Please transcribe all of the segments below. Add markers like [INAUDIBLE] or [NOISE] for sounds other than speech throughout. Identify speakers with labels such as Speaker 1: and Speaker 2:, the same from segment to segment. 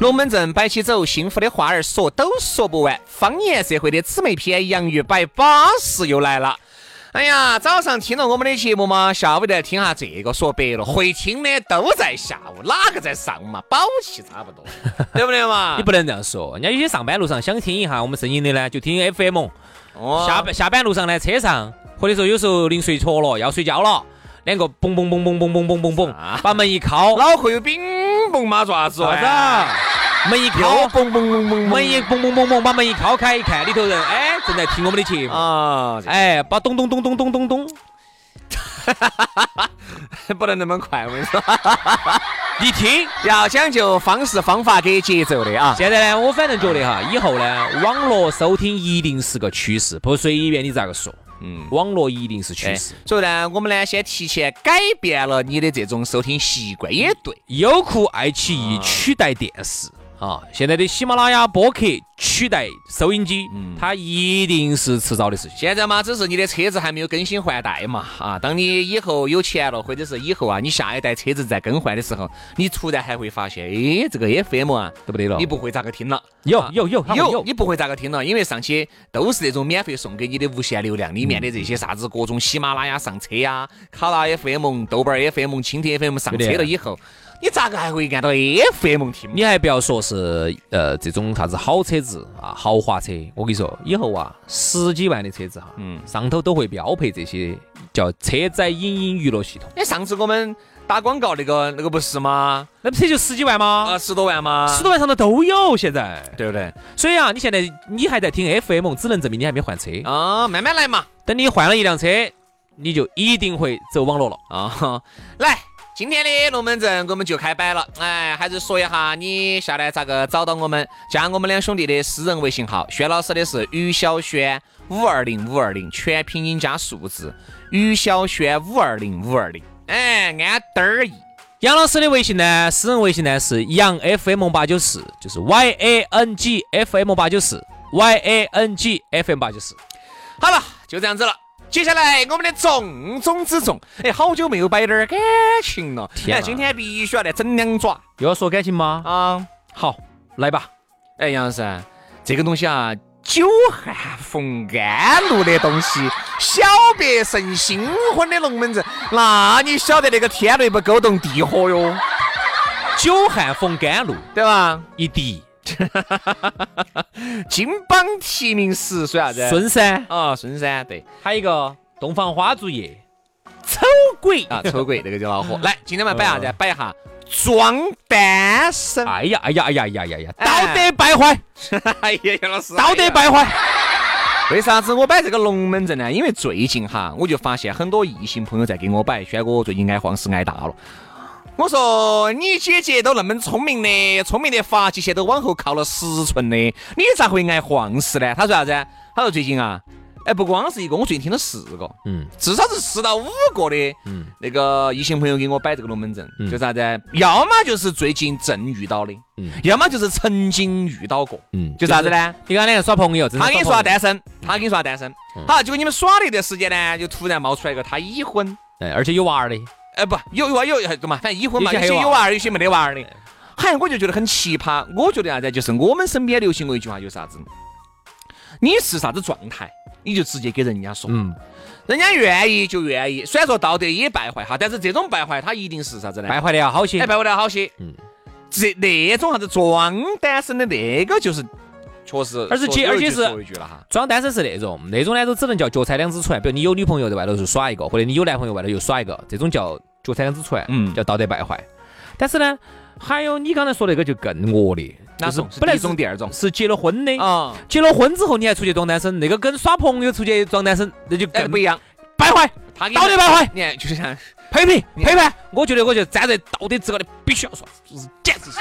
Speaker 1: 龙门阵摆起走，幸福的话儿说都说不完。方言社会的姊妹篇，洋芋摆巴适又来了。哎呀，早上听了我们的节目嘛，下午再听下这个。说白了，会听的都在下午，哪个在上午嘛？宝气
Speaker 2: [LAUGHS]
Speaker 1: 差不多，对不对嘛？
Speaker 2: 你啊不能这样说，人家有些上班路上想听一下我们声音的呢，就听 FM；
Speaker 1: 哦
Speaker 2: 下班下班路上呢，车上或者说有时候临睡着了，要睡觉了，两个嘣嘣嘣嘣嘣嘣嘣嘣嘣，把门一敲，
Speaker 1: 脑壳有冰蹦嘛，爪子哎
Speaker 2: 啥子？门一
Speaker 1: 又
Speaker 2: 敲，
Speaker 1: 蹦蹦蹦蹦
Speaker 2: 门
Speaker 1: 蹦
Speaker 2: 一嘣嘣嘣嘣，把门一敲开，一看里头人，哎，正在听我们的节目。
Speaker 1: 啊！
Speaker 2: 哎，把咚咚咚咚咚咚咚，
Speaker 1: 这不能那么快，我跟你
Speaker 2: [LAUGHS]
Speaker 1: 说，
Speaker 2: 一听。
Speaker 1: 要讲究方式方法跟节奏的啊。
Speaker 2: 现在呢，我反正觉得哈，以后呢，网络收听一定是个趋势，不随便你咋个说，
Speaker 1: 嗯。
Speaker 2: 网络一定是趋
Speaker 1: 哎
Speaker 2: 势。
Speaker 1: 所以呢，我们呢先提前改变了你的这种收听习惯，也对。
Speaker 2: 优酷、爱奇
Speaker 1: 啊
Speaker 2: 艺取代电视啊，现在的喜马拉雅播客取代收音机，它一定是迟早的事情。
Speaker 1: 现在嘛，只嗯是你的车子还没有更新换代嘛，啊，当你以后有钱了，或者是以后啊，你下一代车子再更换的时候，你突然还会发现，哎，这个 FM 啊，
Speaker 2: 对不对了
Speaker 1: 你不会咋个听了，
Speaker 2: 有有有它会
Speaker 1: 有
Speaker 2: 有
Speaker 1: 你不会咋个听了，因为上去都是那种免费送给你的无限流量里面的这些啥子各种喜马拉雅上车呀、卡拉 FM、豆瓣 FM、蜻蜓 FM 上车了以后，你咋个还会按到 FM 听嘛？
Speaker 2: 你还不要说是呃这种啥子好车子啊，豪华车，我跟你说，以后啊十几万的车子哈，
Speaker 1: 嗯
Speaker 2: 上头都会标配这些叫车载影音娱乐系统，
Speaker 1: 哎，上次我们打广告那个那个不是吗？
Speaker 2: 那不车就十几万吗
Speaker 1: 啊，？十多万吗？
Speaker 2: 啊十多万上头都有现在，
Speaker 1: 对不对？
Speaker 2: 所以啊，你现在你还在听 FM，只能证明你还没换车。
Speaker 1: 啊，慢慢来嘛。
Speaker 2: 等你换了一辆车，你就一定会走网络了。
Speaker 1: 啊，来，今天的龙门阵我们就开摆了。哎，还是说一下你下来咋个找到我们？加我们两兄弟的私人微信号，轩老师的是于小轩五二零五二零，全拼音加数字，于小轩五二零五二零。哎，安得儿意。
Speaker 2: 杨老师的微信呢，私人微信呢是杨 FM 八九四，就是 Y A N G F M 八九四，Y A N G F M 八九四。
Speaker 1: 好了，就这样子了。接下来我们的重中之重，哎，好久没有摆点儿感情了。
Speaker 2: 天
Speaker 1: 哎
Speaker 2: 啊
Speaker 1: 今天必须要来整两爪
Speaker 2: 又要说感情吗？
Speaker 1: 啊！
Speaker 2: 好，来吧。
Speaker 1: 哎，杨老师啊，这个东西啊，久旱逢甘露的东西，小别胜新婚的龙门阵，那你晓得那个天雷不勾动地火哟，
Speaker 2: 久旱逢甘露
Speaker 1: 对吧？
Speaker 2: 一滴
Speaker 1: 金榜题名时说啥子？
Speaker 2: 孙山，
Speaker 1: 啊，孙山，对
Speaker 2: 还有一个东方花烛夜，丑鬼。
Speaker 1: 啊，丑鬼这个就恼火。来，今天我们摆啥子？摆一下装单身。
Speaker 2: 哎呀哎呀哎呀哎呀哎呀呀！
Speaker 1: 哎
Speaker 2: 道德败坏，
Speaker 1: [LAUGHS] 哎呀，杨老师，
Speaker 2: 道德败坏。
Speaker 1: 为啥子我摆这个龙门阵呢？因为最近哈，我就发现很多异性朋友在给我摆，轩哥最近挨黄是挨大了。我说你姐姐都那么聪明的，聪明的发际线都往后靠了十寸的，你咋会挨黄石呢？他说啥子？他说最近啊，哎，不光是一个，我最近听了四个，
Speaker 2: 嗯，
Speaker 1: 至少是四到五个的，
Speaker 2: 嗯
Speaker 1: 那个异性朋友给我摆这个龙门阵，
Speaker 2: 嗯
Speaker 1: 就啥子？要么就是最近正遇到的，
Speaker 2: 嗯
Speaker 1: 要么就是曾经遇到过，
Speaker 2: 嗯
Speaker 1: 就啥子呢？
Speaker 2: 你跟他两个耍朋友，真
Speaker 1: 他
Speaker 2: 是
Speaker 1: 跟你说
Speaker 2: 耍
Speaker 1: 他
Speaker 2: 朋友，
Speaker 1: 单身，他跟你说他单身。好，结果你们耍了一段时间呢，就突然冒出来一个他已婚，
Speaker 2: 哎而且有娃儿的。
Speaker 1: 哎不，有有啊有对嘛，反正已婚嘛，
Speaker 2: 有
Speaker 1: 有
Speaker 2: 些
Speaker 1: 些
Speaker 2: 还有
Speaker 1: 有娃儿，有些没得娃儿的。哎嗨，我就觉得很奇葩。我觉得啥子，就是我们身边流行过一句话，就是啥子？你是啥子状态，你就直接给人家说。
Speaker 2: 嗯，
Speaker 1: 人家愿意就愿意，虽然说道德也败坏哈，但是这种败坏它一定是啥子呢？
Speaker 2: 败坏的要啊好些
Speaker 1: 哎，。败坏的好些。嗯，这那种啥子装单身的那个就是，确实，
Speaker 2: 而且
Speaker 1: 说有
Speaker 2: 而
Speaker 1: 一
Speaker 2: 且
Speaker 1: 句
Speaker 2: 是
Speaker 1: 说一句了哈。
Speaker 2: 装单身是那种，那种呢都只能叫脚踩两只船。比如你有女朋友在外头就耍一个，或者你有男朋友外头又耍一个，这种叫脚踩两只船，
Speaker 1: 嗯
Speaker 2: 叫道德败坏。但是呢，还有你刚才说那个就更恶劣，
Speaker 1: 哪
Speaker 2: 就是
Speaker 1: 种是
Speaker 2: 本来
Speaker 1: 第一种第二种
Speaker 2: 是结了婚的，
Speaker 1: 啊，
Speaker 2: 结了婚之后你还出去装单身，那个跟耍朋友出去装单身，那就
Speaker 1: 哎
Speaker 2: 更
Speaker 1: 不一样，
Speaker 2: 败坏。
Speaker 1: 他给
Speaker 2: 道德败坏
Speaker 1: 你看就像
Speaker 2: 呸呸
Speaker 1: 你
Speaker 2: 呸呸！我觉得我就站在道德制高点，必须要说，就是简
Speaker 1: [COUGHS]
Speaker 2: 直是。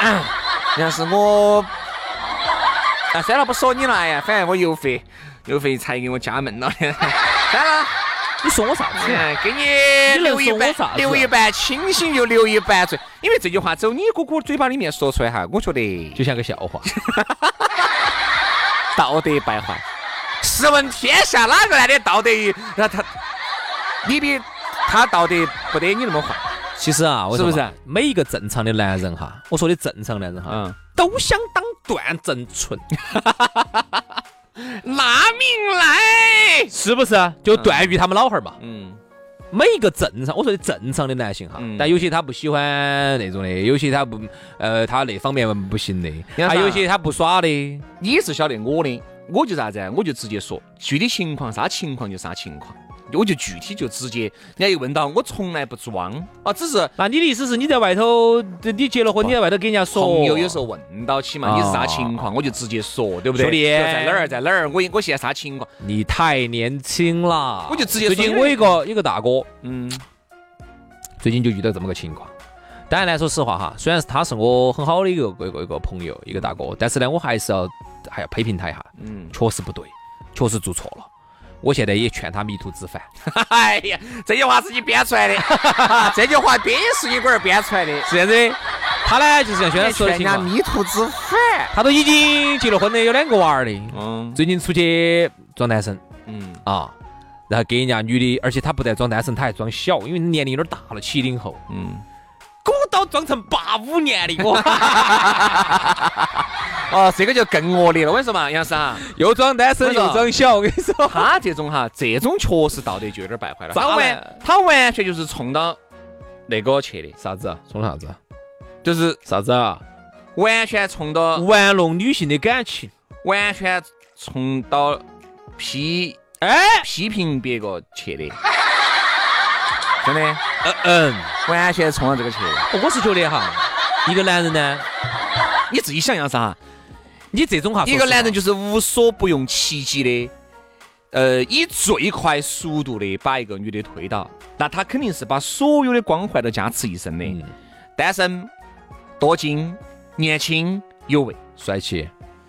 Speaker 1: 哎但是我，啊，算了，不说你了，哎呀，反正我邮费，邮费才给我加闷了， [LAUGHS] 算了，
Speaker 2: 你说我啥子？
Speaker 1: [LAUGHS] 嗯，给你
Speaker 2: 你能
Speaker 1: 留一
Speaker 2: 说我
Speaker 1: 半
Speaker 2: 啥，子
Speaker 1: 留一半清醒就留一半醉，因为这句话走你姑姑嘴巴里面说出来哈，我觉得
Speaker 2: 就像个笑话。
Speaker 1: 道德败坏。试问天下哪个男的道德，那他，你比他道德不得你那么坏，
Speaker 2: [LAUGHS] 其实啊，我
Speaker 1: 是不
Speaker 2: 说嘛
Speaker 1: 是？
Speaker 2: 每一个正常的男人哈，我说的正常男人哈，
Speaker 1: 嗯，
Speaker 2: 都想当段正淳，
Speaker 1: 拿命来，
Speaker 2: 是不是？啊就段誉他们老汉儿嘛。
Speaker 1: 嗯，
Speaker 2: 每一个正常，我说的正常的男性哈
Speaker 1: 嗯，
Speaker 2: 但有些他不喜欢那种的，有些他不，呃，他那方面不行的，啊
Speaker 1: 杨啥
Speaker 2: 还有些他不耍的。
Speaker 1: 你是晓得我的，我就啥子啊？我就直接说，具体情况啥情况就啥情况，我就具体就直接。人家一问到，我从来不装啊，只是
Speaker 2: 那你的意思是你在外头，你结了婚，你在外头给人家说，
Speaker 1: 朋友有时候问到起嘛，
Speaker 2: 哦
Speaker 1: 你是啥情况，我就直接说，对不对？
Speaker 2: 兄弟
Speaker 1: 在哪儿，在哪儿，我我现在啥情况？
Speaker 2: 你太年轻了，
Speaker 1: 我就直接说
Speaker 2: 最近
Speaker 1: 你
Speaker 2: 我有一个有个大哥，
Speaker 1: 嗯
Speaker 2: 最近就遇到这么个情况。当然来说实话哈，虽然是他是我很好的一个一个一个朋友，一个大哥，但是呢，我还是要还要批评他一下，
Speaker 1: 嗯，
Speaker 2: 确实不对，确实做错了。我现在也劝他迷途知返， [LAUGHS]
Speaker 1: 哎呀，这句话是你编出来的，啊这句话编也是你龟儿编出来的。
Speaker 2: 是这样子的。他呢就是像轩老师说的
Speaker 1: 人
Speaker 2: 情
Speaker 1: 家
Speaker 2: 况，
Speaker 1: 迷途知返。
Speaker 2: 他都已经结了婚的，有两个娃儿的，
Speaker 1: 嗯
Speaker 2: 最近出去装单身
Speaker 1: 嗯，
Speaker 2: 啊，然后给人家女的，而且他不但装单身，他还装小，因为年龄有点大了，七零后，
Speaker 1: 嗯，
Speaker 2: 狗都装成八五年的我。 [LAUGHS]
Speaker 1: 哦，这个就更恶劣了。我跟你说嘛，杨生 [LAUGHS] 啊。
Speaker 2: 又装单身又装小，我跟你说，
Speaker 1: 他这种哈，这种确实道德就有点败坏了。
Speaker 2: 咋
Speaker 1: 他
Speaker 2: 了
Speaker 1: 完他完全就是冲到那个去的，
Speaker 2: 啥子啊？冲啥子啊？
Speaker 1: 就是
Speaker 2: 啥子啊？
Speaker 1: 完全冲到
Speaker 2: 玩弄女性的感情。
Speaker 1: 完全冲到批
Speaker 2: 哎，
Speaker 1: 批评别个去 [LAUGHS] 的，真的
Speaker 2: 嗯，
Speaker 1: [LAUGHS] 完全冲到这个去的。
Speaker 2: 我是觉得哈，一个男人呢，
Speaker 1: 你自己想想啥？
Speaker 2: 你这种哈，
Speaker 1: 一个男人
Speaker 2: 就
Speaker 1: 就是无所不用其极的。呃，以最快速度的把一个女的推倒，那他肯定是把所有的光环都加持一身的。
Speaker 2: 嗯
Speaker 1: 单身、多金、年轻、有为，
Speaker 2: 帅气，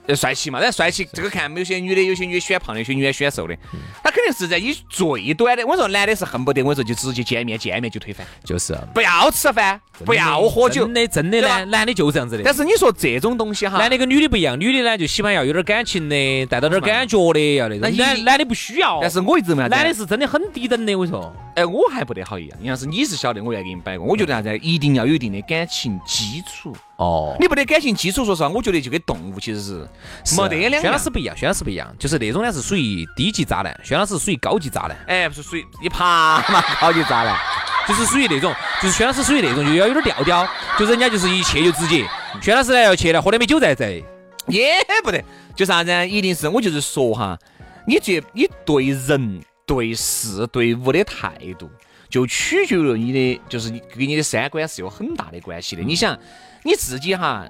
Speaker 1: 呃，帅气嘛。但帅气这个看，有些女的，有些女的喜欢胖的，有些女的喜欢瘦的，他肯定是在以最短的。我说男的是恨不得我说就直接见面，见面就推翻，
Speaker 2: 就是
Speaker 1: 不要吃饭，不要喝酒
Speaker 2: 真。的真的
Speaker 1: 对吧
Speaker 2: 男男的就这样子的。
Speaker 1: 但是你说这种东西哈，
Speaker 2: 男的跟女的不一样，女的呢就喜欢要有点感情的，带到点感觉的，要那
Speaker 1: 那
Speaker 2: 种。
Speaker 1: 你
Speaker 2: 男男的不需要，
Speaker 1: 但是我一直嘛，
Speaker 2: 男的是真的很低等的，我说。
Speaker 1: 哎，我还不得好一样。你要是你是晓得，我愿意给你摆过。我觉得啥子，啊一定要有一定的感情基础。
Speaker 2: 哦，
Speaker 1: 你不得感情基础，说实话，我觉得就跟动物其实是啊没得两
Speaker 2: 轩老
Speaker 1: 样。
Speaker 2: 师不一样，轩老师不一样，就是那种呢是属于低级渣男，轩老师属于高级渣男。
Speaker 1: 哎，不是属于一爬嘛， [LAUGHS] 高级渣男。
Speaker 2: 就是属于那种，就是轩老师属于那种，就要有点调调，就是人家就是一切就直接。轩老师呢要去呢，喝两杯酒再再。
Speaker 1: 也不得，就啥子呢？一定是我就是说哈，你觉你对人、对事、对物的态度，就取决于你的，就是你跟你的三观是有很大的关系的。你想你自己哈，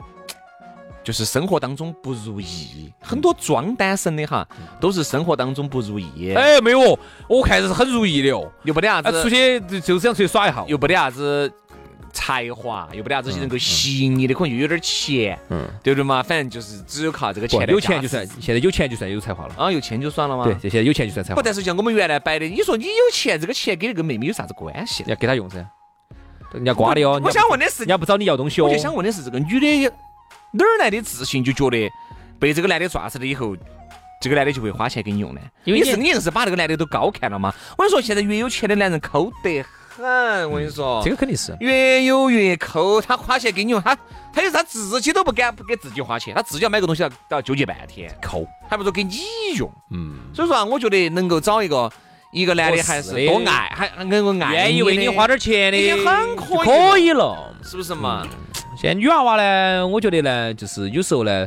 Speaker 1: 就是生活当中不如意，很多装单身的哈，都是生活当中不如意，
Speaker 2: 哎，没有哦，我看是很如意的哦。
Speaker 1: 又没得啥
Speaker 2: 啊，出
Speaker 1: 子，
Speaker 2: 去就就是想出去耍一下。哦
Speaker 1: 又没得啥子。才华又没得啥子能够吸引你的，可能就有点钱，
Speaker 2: 嗯
Speaker 1: 对不对嘛？反正就是只有靠这个
Speaker 2: 不
Speaker 1: 钱来
Speaker 2: 有钱
Speaker 1: 加
Speaker 2: 就
Speaker 1: 持
Speaker 2: 算，现在有钱就算有才华了。
Speaker 1: 啊，有钱就算了嘛。
Speaker 2: 对，这现在有钱就算才华
Speaker 1: 不，。但是像我们原来摆的，你说你有钱，这个钱跟那个妹妹有啥子关系呢？
Speaker 2: 要给他用噻，人家瓜的哦。
Speaker 1: 我
Speaker 2: 人家
Speaker 1: 想问的是
Speaker 2: 人，家不找你要东西哦
Speaker 1: 我就。想问的是，这个女的哪儿来的自信，就觉得被这个男的抓死了以后，这个男的就会花钱给你用呢？
Speaker 2: 因为
Speaker 1: 你
Speaker 2: 你
Speaker 1: 是你硬是把那个男的都高看了吗？我跟你说，现在越有钱的男人抠得很。很，我跟你
Speaker 2: 嗯
Speaker 1: 说，
Speaker 2: 这个肯定是。
Speaker 1: 越有越抠，他花钱给你用，他他有时候他自己都不敢不给自己花钱，他自己要买个东西要要纠结半天，
Speaker 2: 抠，
Speaker 1: 还不如给你用。
Speaker 2: 嗯，
Speaker 1: 所以说啊，我觉得能够找一个一个男的还是多爱，还还能够爱，
Speaker 2: 愿意为你花
Speaker 1: 点，
Speaker 2: 点钱的，
Speaker 1: 已经很可以了
Speaker 2: 可以了。
Speaker 1: 是不是嘛？
Speaker 2: 现在女娃娃呢，我觉得呢，就是有时候呢，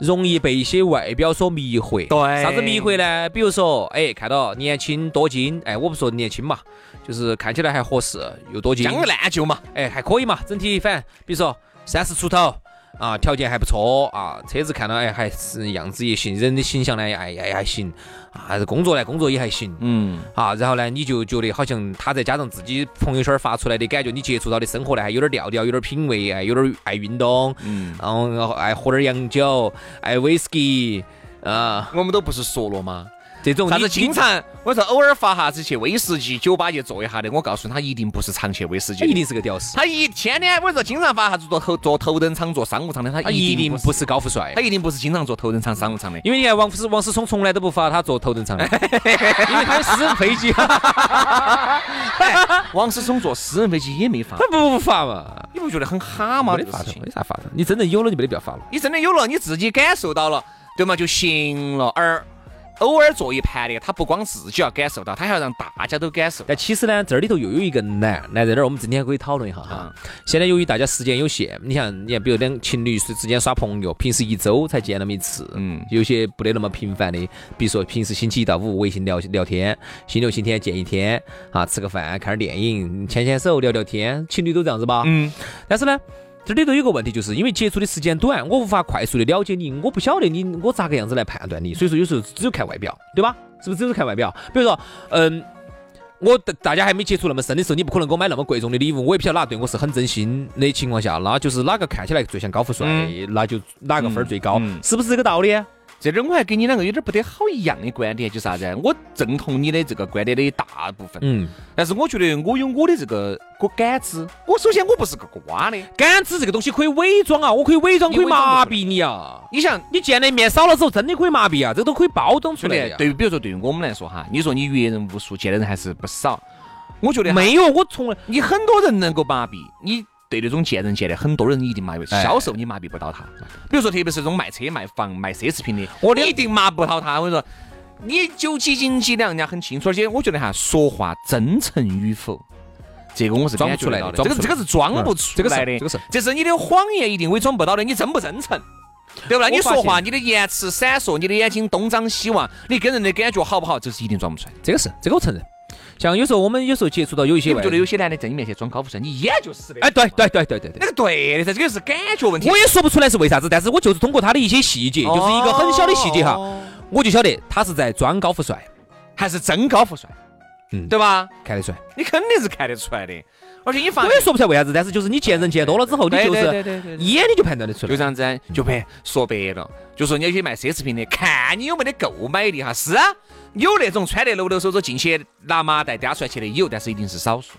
Speaker 2: 容易被一些外表所迷惑。
Speaker 1: 对
Speaker 2: 啥子迷惑呢？比如说，哎，看到年轻多金，哎，我不说年轻嘛，就是看起来还合适，又多金
Speaker 1: 嗯将，烂就嘛，
Speaker 2: 哎，还可以嘛，整体反正，比如说三十出头。啊，条件还不错啊，车子看到哎还是样子也行，人的形象呢哎哎还行，啊工作呢工作也还行，
Speaker 1: 嗯，
Speaker 2: 啊，然后呢，你就觉得好像他再加上自己朋友圈发出来的感觉，你接触到的生活呢，还有点调调，有点品味，哎，有点爱运动，
Speaker 1: 嗯，
Speaker 2: 然后然后爱喝点洋酒，哎爱 whisky，啊，
Speaker 1: 我们都不是说了吗？
Speaker 2: 这种
Speaker 1: 啥
Speaker 2: 你
Speaker 1: 子经常，我说偶尔发哈子去威士忌酒吧去坐一下的，我告诉你，他一定不是常去威士忌
Speaker 2: 你
Speaker 1: 的，
Speaker 2: 一定是个屌丝，
Speaker 1: 他一天天我跟你说经常发啥子坐头坐头等舱坐商务舱的，他
Speaker 2: 他
Speaker 1: 一
Speaker 2: 一
Speaker 1: 定
Speaker 2: 定
Speaker 1: 不是
Speaker 2: 不是高富帅
Speaker 1: 他。一定不是经常坐头等舱、商务舱的。
Speaker 2: 因为你看王思王思聪从来都不发他坐头等
Speaker 1: [LAUGHS]
Speaker 2: 舱的，因为他有私人飞机，他
Speaker 1: 王思聪坐私人飞机也没发，
Speaker 2: 不发嘛，
Speaker 1: 你不觉得很哈吗？
Speaker 2: 没
Speaker 1: 这
Speaker 2: 得发
Speaker 1: 个事
Speaker 2: 的，
Speaker 1: 情，
Speaker 2: 没啥发的。你真正有了就没得必要发了。
Speaker 1: 你真的有了，你自己感受到了，对吗？就行了。而偶尔坐一盘的，他不光自己要感受到，他还要让大家都感受。
Speaker 2: 但其实呢，这里头又有一个难，难在哪儿？我们今天可以讨论一下哈
Speaker 1: 啊。
Speaker 2: 现在由于大家时间有限，你像你看，比如两情侣之间耍朋友，平时一周才见那么一次，
Speaker 1: 嗯
Speaker 2: 有些不得那么频繁的，比如说平时星期一到五微信聊聊天，星期六、星期天见一天，啊，吃个饭，看点电影，牵牵手，聊聊天，情侣都这样子吧。
Speaker 1: 嗯，
Speaker 2: 但是呢，这里头有个问题，就是因为接触的时间短，我无法快速的了解你，我不晓得你我咋个样子来判断你，所以说有时候只有看外表，对吧？是不是只有看外表？比如说，嗯。我大大家还没接触那么深的时候，你不可能给我买那么贵重的礼物，我也不晓得哪对我是很真心的情况下，那就是哪个看起来最像高富帅，那就哪个分儿最高，
Speaker 1: 嗯嗯嗯
Speaker 2: 是不是这个道理？啊
Speaker 1: 这点我还跟你两个有点不得好一样的观点，就是啥子？我认同你的这个观点的一大部分，
Speaker 2: 嗯，
Speaker 1: 但是我觉得我有我的这个我感知。我首先我不是个瓜的，
Speaker 2: 感知这个东西可以伪装啊，我可以伪装，
Speaker 1: 你
Speaker 2: 可以
Speaker 1: 伪装不
Speaker 2: 麻
Speaker 1: 出来
Speaker 2: 痹你啊。
Speaker 1: 你想
Speaker 2: 你见的面少了之后，真的可以麻痹啊，这都可以包装出
Speaker 1: 兄
Speaker 2: 来的
Speaker 1: 弟
Speaker 2: 呀，。
Speaker 1: 对于比如说对于我们来说哈，你说你阅人无数，见的人还是不少。我觉得哈
Speaker 2: 没有，我从来
Speaker 1: 你很多人能够麻痹，你对那种见人见的，很多人一定麻痹。
Speaker 2: 哎
Speaker 1: 销售你麻痹不到他，比如说特别是这种卖车、卖房、卖奢侈品的，
Speaker 2: 我
Speaker 1: 你一定麻不到他。我跟你说，你究其斤计两，人家很清楚。而且我觉得哈，说话真诚与否，这个我是
Speaker 2: 装
Speaker 1: 感
Speaker 2: 不出
Speaker 1: 觉
Speaker 2: 来
Speaker 1: 得
Speaker 2: 的
Speaker 1: 到这
Speaker 2: 装不
Speaker 1: 个这
Speaker 2: 出来
Speaker 1: 个是装不
Speaker 2: 嗯
Speaker 1: 出
Speaker 2: 这个是
Speaker 1: 来的，
Speaker 2: 这个是
Speaker 1: 这是你的谎言一定伪装不到的，你真不真诚。对不啦？
Speaker 2: 我
Speaker 1: 你
Speaker 2: 发
Speaker 1: 说话，
Speaker 2: 现
Speaker 1: 你的言辞闪烁，你的眼睛东张西望，你给人的感觉好不好？这是一定装不出来的。
Speaker 2: 这个是，这个我承认。像有时候我们有时候接触到有一些
Speaker 1: 你不
Speaker 2: 外
Speaker 1: 觉得有些男的在你面前装高富帅，你一眼就是的？
Speaker 2: 哎，对对对对对对
Speaker 1: 那。个对的噻，这个是感觉问题。
Speaker 2: 我也说不出来是为啥子，但是我就是通过他的一些细节，就是一个很小的细节哈，
Speaker 1: 哦，
Speaker 2: 我就晓得他是在装高富帅，
Speaker 1: 还是真高富帅，
Speaker 2: 嗯
Speaker 1: 对吧？
Speaker 2: 看得出来。
Speaker 1: 你肯定是看得出来的，而且你发
Speaker 2: 我也说不出来为啥子，但是就是你见人见多了之后，你
Speaker 1: 哎对
Speaker 2: 就
Speaker 1: 对对
Speaker 2: 是
Speaker 1: 对对对
Speaker 2: 一眼你就判断得出
Speaker 1: 就
Speaker 2: 来。
Speaker 1: 这样子，就白说白了，就说你要去卖奢侈品的，看你有没得购买力哈。是啊，有那种穿得搂搂手手进去拿麻袋嗲出来去的有，但是一定是少数。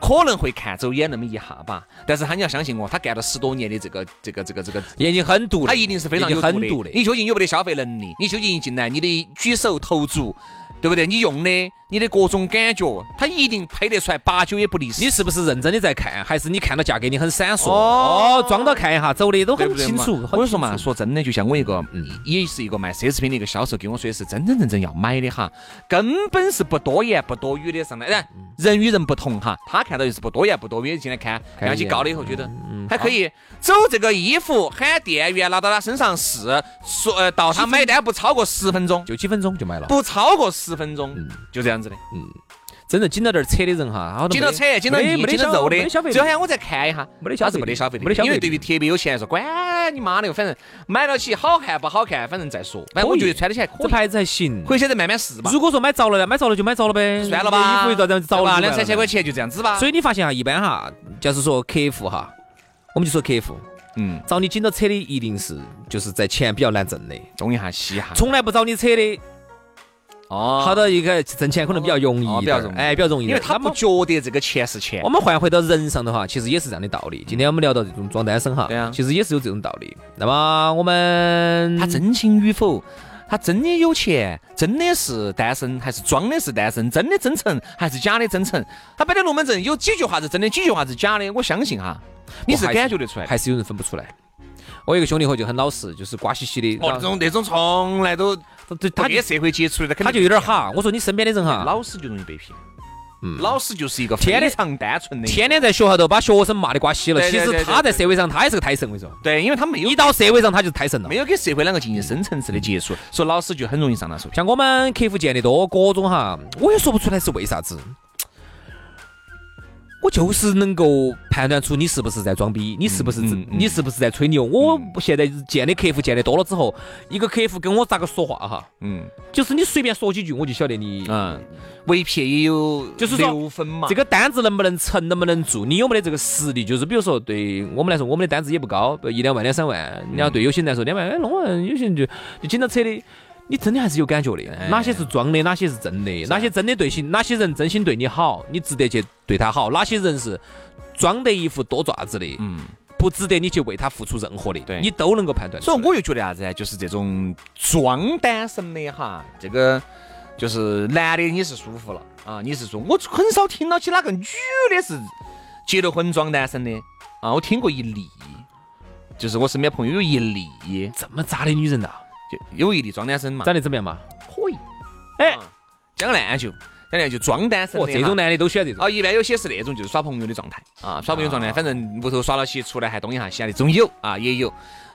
Speaker 1: 可能会看走眼那么一下吧，但是他你要相信我，他干了十多年的这个这个这个这个
Speaker 2: 眼睛很毒的，
Speaker 1: 他一定是非常
Speaker 2: 眼
Speaker 1: 有
Speaker 2: 睛很
Speaker 1: 毒
Speaker 2: 毒
Speaker 1: 的
Speaker 2: 的。。
Speaker 1: 你究竟有没得消费能力？你究竟一进来，你的举手投足，对不对？你用的，你的各种感觉，他一定配得出来，八九也不离十。
Speaker 2: 你是不是认真的在看，还是你看到价格你很闪烁？
Speaker 1: 哦
Speaker 2: 哦，装到看一下，走的都
Speaker 1: 对
Speaker 2: 很
Speaker 1: 不对
Speaker 2: 清
Speaker 1: 嘛
Speaker 2: 楚。
Speaker 1: 我
Speaker 2: 很
Speaker 1: 跟你说嘛，
Speaker 2: 清楚，
Speaker 1: 说真的，就像我一个，
Speaker 2: 嗯
Speaker 1: 也是一个卖奢侈品的一个销售，跟我说的是真真正正要买的哈，根本是不多言不多语的上来。哎
Speaker 2: 嗯
Speaker 1: 人与人不同哈，他看到就是不多言不多语，进来看，
Speaker 2: 看一眼
Speaker 1: 量级高了以后觉得
Speaker 2: 嗯
Speaker 1: 嗯还可以。走这个衣服，喊店员拿到他身上试，说呃到他买单不超过十分钟。
Speaker 2: 就几分钟就买了。
Speaker 1: 不超过十分钟，
Speaker 2: 嗯
Speaker 1: 就这样子的。
Speaker 2: 真正紧到点儿扯的人哈，好多
Speaker 1: 紧到
Speaker 2: 没得
Speaker 1: 扯，紧到
Speaker 2: 没得
Speaker 1: 腻，
Speaker 2: 没得
Speaker 1: 紧到
Speaker 2: 消
Speaker 1: 肉
Speaker 2: 没
Speaker 1: 的
Speaker 2: 得消费。
Speaker 1: 最后
Speaker 2: 力
Speaker 1: 喊我再看一下，
Speaker 2: 没得消
Speaker 1: 他
Speaker 2: 费
Speaker 1: 是没得消费力，
Speaker 2: 没得消费
Speaker 1: 因为对于
Speaker 2: 力
Speaker 1: 特别有钱来说，管你妈那个，反正买得起好看不好看，反正再说。反正我
Speaker 2: 可以
Speaker 1: 觉得穿得起来可
Speaker 2: 这
Speaker 1: 以，
Speaker 2: 牌子还行。
Speaker 1: 可以现在慢慢试吧，
Speaker 2: 如果说买着了呢，买着了就买着了呗，
Speaker 1: 算了吧，
Speaker 2: 衣服一到这样着
Speaker 1: 对吧
Speaker 2: 了，
Speaker 1: 两三千块
Speaker 2: 钱。
Speaker 1: 钱就这样子吧。
Speaker 2: 所
Speaker 1: 以，
Speaker 2: 以你发现哈，一般哈，就是说客户哈，我们就说客户
Speaker 1: 嗯，
Speaker 2: 找你紧到扯的，一定是就是在钱比较难挣的，
Speaker 1: 中一下西一下。
Speaker 2: 从来不找你扯的。
Speaker 1: 哦
Speaker 2: 好，的一个挣钱可啊能比较容易
Speaker 1: 哦
Speaker 2: 一
Speaker 1: 比较
Speaker 2: 点
Speaker 1: 容易
Speaker 2: 儿，哎，比较容易一
Speaker 1: 因为
Speaker 2: 点儿。
Speaker 1: 他
Speaker 2: 那
Speaker 1: 不
Speaker 2: 么
Speaker 1: 觉得这个钱是钱
Speaker 2: 我。们换回到人上的话，其实也是这样的道理。今天我们聊到这种装单身哈
Speaker 1: 对啊，嗯
Speaker 2: 其实也是有这种道理。那么我们
Speaker 1: 他真心与否，他他真的有钱，真的是单身还是装的是单身，真的真诚还是假的真诚？他摆的龙门阵有几句话是真的，几句话是假的？我相信哈，你是
Speaker 2: 我还
Speaker 1: 感觉得出来的。
Speaker 2: 还是有人分不出来。我有一个兄弟伙就很老实，就是瓜兮兮的，然
Speaker 1: 哦，那
Speaker 2: 后
Speaker 1: 种那种从来都
Speaker 2: 他他
Speaker 1: 他
Speaker 2: 就
Speaker 1: 跟社会接触的，
Speaker 2: 他就有点哈。我说你身边的人哈，
Speaker 1: 老实就容易被骗。嗯，老实就是一个
Speaker 2: 天
Speaker 1: 非
Speaker 2: 天
Speaker 1: 常单纯的，
Speaker 2: 天天在学校头把学生骂的瓜稀了，
Speaker 1: 对
Speaker 2: 其
Speaker 1: 对对
Speaker 2: 实
Speaker 1: 对
Speaker 2: 他在社会上他也是个胎神，我跟你说，
Speaker 1: 对，因为他没有
Speaker 2: 一到社会上他就是胎神了
Speaker 1: 没。有跟社会两个进行深层次的接触，所以老师就很容易上当受骗。
Speaker 2: 像我们客户见得多，各种哈，我也说不出来是为啥子。我就是能够判断出你是不是在装逼，你是不是、
Speaker 1: 嗯嗯嗯
Speaker 2: 你是不是在吹牛。我现在见的客户见得多了之后，一个客户跟我咋个说话哈，
Speaker 1: 嗯
Speaker 2: 就是你随便说几句，我就晓得你、
Speaker 1: 嗯，围骗也有
Speaker 2: 就是说
Speaker 1: 六分嘛，
Speaker 2: 这个单子能不能成，能不能做，你有没得这个实力？就是比如说，对我们来说，我们的单子也不高，一两万、两三万。你要
Speaker 1: 嗯
Speaker 2: 对有些人来说，两万、哎，弄完有些人就就紧到扯的。你真的还是有感觉的，哪些是装的，哪些是真的，
Speaker 1: 啊
Speaker 2: 哪些真的对心，哪些人真心对你好，你值得去对他好；哪些人是装得一副多爪子的，
Speaker 1: 嗯。
Speaker 2: 不值得你去为他付出任何的，
Speaker 1: 对
Speaker 2: 你都能够判断出
Speaker 1: 所
Speaker 2: 来。
Speaker 1: 以我又觉得啥子呢？就是这种装单身的哈，这个就是男的你是舒服了啊，你是说，我很少听到起哪个女的是结了婚装单身的啊，我听过一例，就是我身边朋友有一例，
Speaker 2: 这么渣的女人呐、
Speaker 1: 就有一例装单身 [LAUGHS] 嘛，
Speaker 2: 长得怎么样嘛？
Speaker 1: 嗯可以，
Speaker 2: 哎，
Speaker 1: 讲个烂就讲烂就装单身
Speaker 2: 哦，
Speaker 1: 的哈，
Speaker 2: 这种男的都喜欢这种。
Speaker 1: 啊，一般有些是那种就是耍朋友的状态啊，耍朋友状态，反正屋头耍了些，出来还东一下西一下的，总有啊，也有。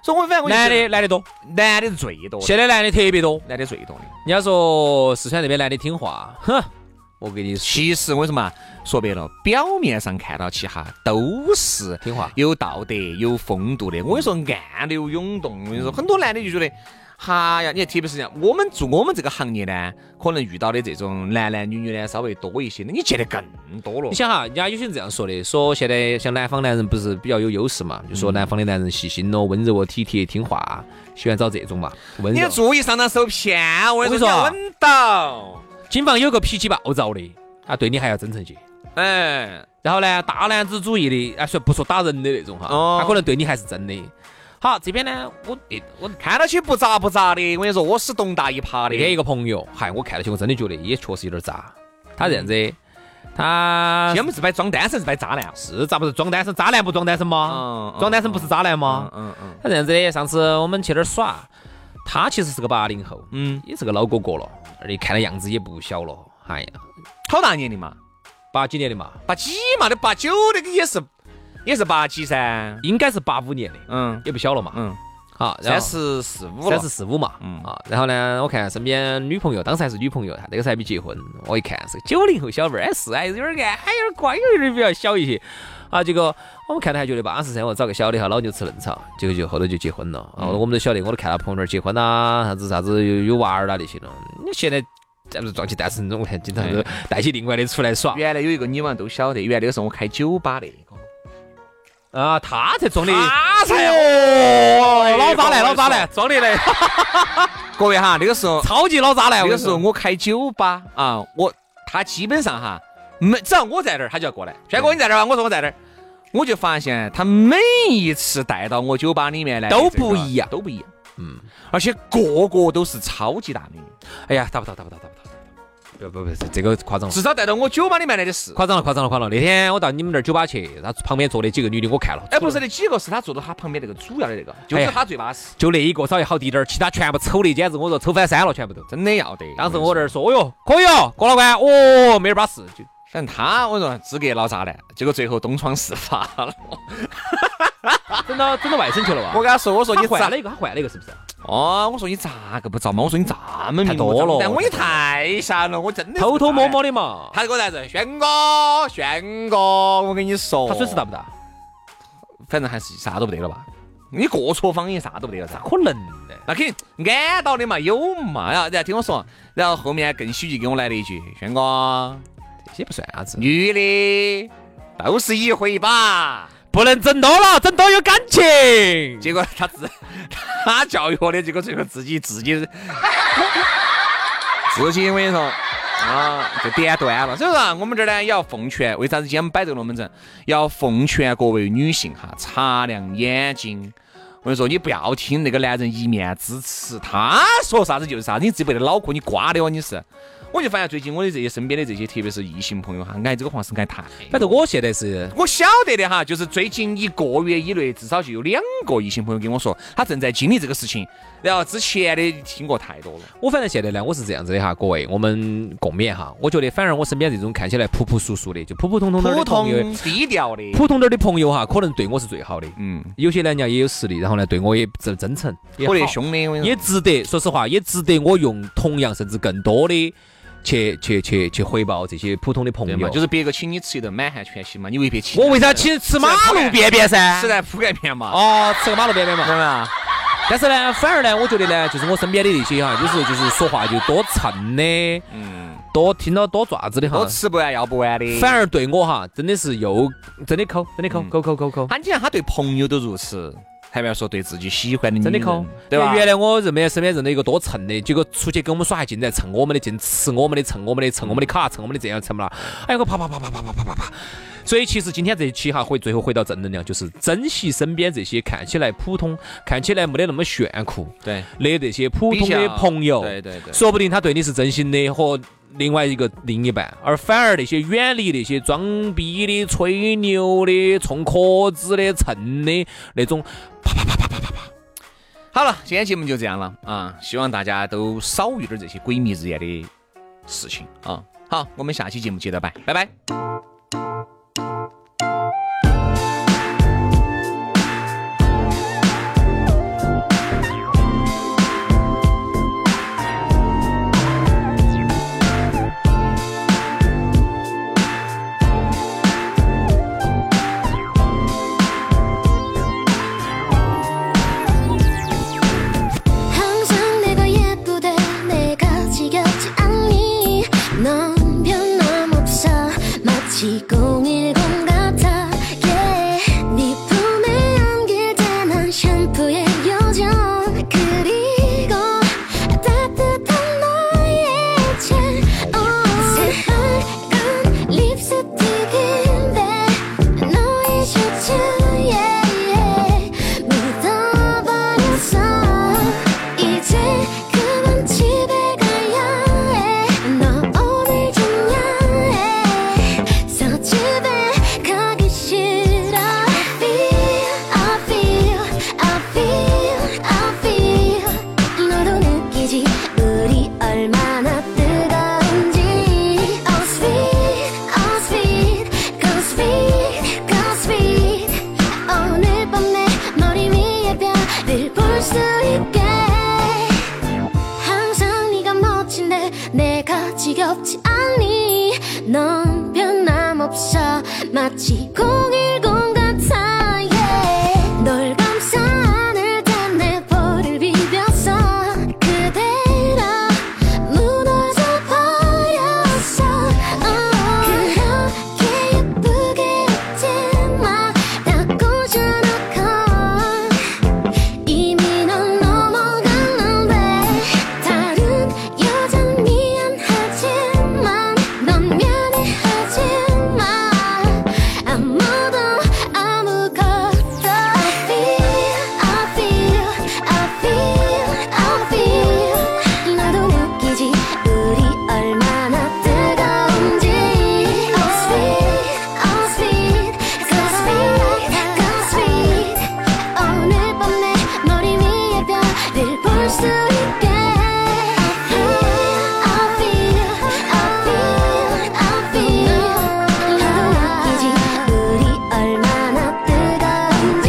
Speaker 1: 所以我反正我就
Speaker 2: 男
Speaker 1: 觉
Speaker 2: 的
Speaker 1: 得
Speaker 2: 男的多，
Speaker 1: 男的是最多的，
Speaker 2: 现在男的特别多。
Speaker 1: 男的最多的。
Speaker 2: 人家说四川那边男的听话，哼，我跟你说，
Speaker 1: 其实我跟你说嘛，说白了，表面上看到起哈都是
Speaker 2: 听话
Speaker 1: 有道德、有风度的。我跟你说，暗流涌动。我跟你说，很多男的就觉得，哈呀，你看，特别是像我们做我们这个行业呢，可能遇到的这种男男女女呢稍微多一些，你见得更多了
Speaker 2: 你。想哈，人家有些人这样说的，说现在像南方男人不是比较有优势嘛，就
Speaker 1: 嗯
Speaker 2: 说南方的男人细心咯、温柔哦、体贴、听话，喜欢找这种嘛，温
Speaker 1: 你
Speaker 2: 柔
Speaker 1: 要。注意上当受骗，我跟
Speaker 2: 我跟
Speaker 1: 你说，
Speaker 2: 你说啊
Speaker 1: 要稳到。
Speaker 2: 警方有个脾气暴躁的，啊，对你还要真诚些。
Speaker 1: 哎，
Speaker 2: 然后呢，大男子主义的，啊，说不说打人的那种哈，
Speaker 1: 哦
Speaker 2: 他可能对你还是真的。好，这边呢，我我
Speaker 1: 看到起不咋不咋的，我跟你说，我是东大一趴
Speaker 2: 那
Speaker 1: 的。
Speaker 2: 天一个朋友，嗨，我看到起我真的觉得也确实有点渣。他这样
Speaker 1: 嗯
Speaker 2: 子，他
Speaker 1: 要么是摆装单身，是摆渣男。
Speaker 2: 是咋不是装单身？渣男不装单身吗
Speaker 1: 嗯？嗯
Speaker 2: 啊装单身不啊是渣男吗？
Speaker 1: 嗯嗯
Speaker 2: 他这样子的，上次我们去那儿耍，他其实是个八零后，
Speaker 1: 嗯，
Speaker 2: 也是个老哥哥了，而且看的样子也不小了，哎呀，
Speaker 1: 好大年龄嘛？
Speaker 2: 八几年的嘛，
Speaker 1: 八几嘛，那八九那个也是也是八几噻。
Speaker 2: 应该是八五年的，
Speaker 1: 嗯
Speaker 2: 也不小了嘛，
Speaker 1: 嗯，
Speaker 2: 啊，
Speaker 1: 三十四五了
Speaker 2: 三十四五嘛，
Speaker 1: 嗯
Speaker 2: 啊，然后呢，我看身边女朋友，当时还是女朋友，那个时候还没结婚，我一看是个九零后小妹儿，哎是哎有点矮，哎有点乖，有点比较小一些，啊，结果我们看他还觉得巴适噻，我找个小的哈，老牛吃嫩草，结果就后头就结婚了，啊，我们都晓得，我都看他朋友圈结婚啦，啥子啥子有有娃儿啦那些了，你现在。哎咱们装起单身，我看经常都带起另外的出来耍
Speaker 1: 原来有一个你们都晓得，原来那个时候我开酒吧那个，
Speaker 2: 啊，他才装的，
Speaker 1: 他才啊哦
Speaker 2: 啊老渣男，老渣男，。装的嘞，
Speaker 1: 各位哈，那个时候
Speaker 2: [LAUGHS] 超级老渣男。
Speaker 1: 那
Speaker 2: 我
Speaker 1: 个
Speaker 2: 跟你
Speaker 1: 时候
Speaker 2: 说，
Speaker 1: 我开酒吧啊，我他基本上哈，每只要我在这儿，他就要过来。轩哥你在这儿吧？我说我在这儿。我就发现他每一次带到我酒吧里面来的
Speaker 2: 都
Speaker 1: 这个
Speaker 2: 不一样
Speaker 1: 都不一样。
Speaker 2: 嗯，
Speaker 1: 而且个个都是超级大美女，
Speaker 2: 哎呀，打不到，打不到，打不到，打不到，不不不，这这个夸张了。
Speaker 1: 至少带到我酒吧里面来的是。
Speaker 2: 夸张了，夸张了，夸张了！那天我到你们那儿酒吧去，他旁边坐的几个女的我看了，
Speaker 1: 哎，不是那几个，是他坐到他旁边那个主要的那个，就
Speaker 2: 哎
Speaker 1: 是
Speaker 2: 呀
Speaker 1: 他最巴适，
Speaker 2: 就那一个稍微好滴点儿，其他全部丑的，简直我说丑翻山了，全部都。
Speaker 1: 真的要得。
Speaker 2: 当时我这儿说，哦哟，可以哦，郭老官，哦，没得把事，就
Speaker 1: 反正他，我说资格老渣男，结果最后东窗事发了。
Speaker 2: 整到整到外省去了吧
Speaker 1: [LAUGHS] 我？跟他说，我说
Speaker 2: 他
Speaker 1: 你咋
Speaker 2: 换了一个，他换了一个是不是？
Speaker 1: 哦，我说你咋个不遭嘛？我说你这么明目
Speaker 2: 太多了
Speaker 1: 但我也太吓人了，我真的是
Speaker 2: 偷偷摸摸
Speaker 1: 的。
Speaker 2: 的嘛。
Speaker 1: 他给我啥子？轩哥，轩哥，我跟你说，
Speaker 2: 他损失大不大？
Speaker 1: 反正还是啥都不得了吧？你过错方言啥都不得了噻。
Speaker 2: 可能呢。
Speaker 1: 那肯定安到的嘛，有嘛呀？啊然后听我说，然后后面更喜剧给我来了一句：轩哥，
Speaker 2: 这些不算啊啥子，
Speaker 1: 女的都是一回吧。
Speaker 2: 不能整多了，整多有感情。
Speaker 1: 结果他自 [LAUGHS] 他教育我的，结果最后自己自己自己，我跟你说啊，就点端了。所以说啊，我们这儿呢也要奉劝，为啥子今天我们摆这个龙门阵？要奉劝各位女性哈，擦亮眼睛。我跟你说，你不要听那个男人一面之词，他说啥子就是啥子，你自己被他脑壳你瓜的哦，你是。我就发现最近我的这些身边的这些，特别是异性朋友哈，挨这个话是挨太。
Speaker 2: 反正我现在是
Speaker 1: 我晓得的哈，就是最近一个月以内，至少就有两个异性朋友跟我说，他正在经历这个事情。然后之前的听过太多了。
Speaker 2: 我反正现在呢，我是这样子的哈，各位，我们共勉哈。我觉得反而我身边这种看起来普朴素素的，就普普通通点
Speaker 1: 普
Speaker 2: 的朋友，
Speaker 1: 通低调的，
Speaker 2: 普通点儿的朋友哈，可能对我是最好的。
Speaker 1: 嗯，
Speaker 2: 有些人家也有实力，然后呢，对我也真真诚，也
Speaker 1: 火得
Speaker 2: 好
Speaker 1: 凶的，我跟你
Speaker 2: 也
Speaker 1: 说。
Speaker 2: 值得，说实话，也值得我用同样甚至更多的去去去去回报这些普通的朋
Speaker 1: 对嘛，
Speaker 2: 友。
Speaker 1: 就是别个请你吃一顿满汉全席嘛，你未必请。
Speaker 2: 我为啥请吃马路边边噻？
Speaker 1: 吃在铺盖面嘛？
Speaker 2: 哦，啊吃个马路边边嘛
Speaker 1: 知。道吗？
Speaker 2: 但是呢，反而呢，我觉得呢，就是我身边的那些哈，有时候就是说话就多蹭的，
Speaker 1: 嗯，
Speaker 2: 多听了多爪子的
Speaker 1: 我
Speaker 2: 哈，
Speaker 1: 吃不完要不完的。
Speaker 2: 反而对我哈，真的是又真的抠，真的抠，
Speaker 1: 嗯
Speaker 2: 抠抠抠抠，
Speaker 1: 他你看他对朋友都如此，还不要说对自己喜欢的女
Speaker 2: 真
Speaker 1: 人，
Speaker 2: 的抠，
Speaker 1: 对吧？
Speaker 2: 原来我认边身边认得一个多蹭的，结果出去跟我们耍还进来蹭我们的，进吃我们的，蹭我们的，蹭我们的卡，蹭我们的这样蹭不啦？哎，我啪啪啪啪啪啪啪啪啪。所以其实今天这一期哈，回最后回到正能量，就是珍惜身边这些看起来普通、看起来没得那么炫酷
Speaker 1: 对，
Speaker 2: 的这些普通的朋友，
Speaker 1: 对对对，
Speaker 2: 说不定他对你是真心的和另外一个另一半，而反而那些远离那些装逼的、吹牛的、冲壳子的、蹭的那种，
Speaker 1: 好了，今天节目就这样了啊！希望大家都少遇点这些鬼迷日眼的事情啊！好，我们下期节目接着摆，拜拜。
Speaker 3: 항상 내가 예쁘대 내가 지겹지 않니 넌 변함없어 마치 010 같아 yeah 네 품에 안기대 난 샴푸의 요정 그리고 따뜻한 너의 어. 젤 새빨간 립스틱인데 너의 셔츠에 묻어버렸어 이제 그만 집에 가야 해 너 오늘 좋냐 해서 집에 가기 싫어 I feel I feel I feel I feel 너도 느끼지 우리 얼마나 뜨거운지 Oh sweet Oh sweet Go sweet Go sweet 오늘 밤 내 머리 위에 별을 볼 수 있게 항상 네가 멋진데 내가 지겹지 않니 넌 변함없어 마치 010 같아 yeah 널 감싸 안을 때내 볼을 비벼서 그대로 무너져 버렸어 그렇게 예쁘게 웃지 마다 꼬셔놓고 이미 넌 넘어갔는데 다른 여잔 미안하지만 넌 미안해하지만 아무도 아무것도 I feel I feel I feel I feel 나도 웃기지 우리 얼마나 뜨거운지 Oh sweet Oh sweet So sweet So sweet 오늘 밤 내 머리 위에 별을 볼 수 있게 I feel I feel I feel 나도 웃기지 우리 얼마나 뜨거운지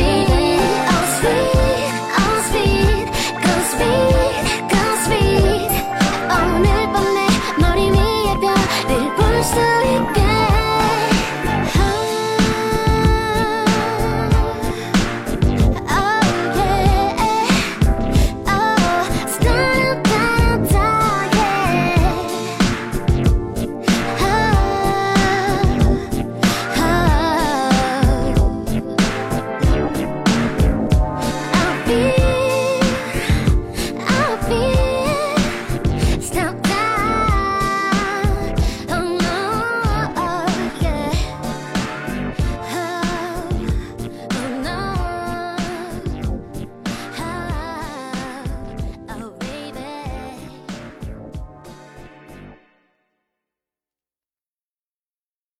Speaker 3: Oh sweet Oh sweet Go sweet Go sweet 오늘 밤 내 머리 위에 별을 볼 수 있게 Oh yeah, oh start that yeah. Oh oh. I feel, Oh,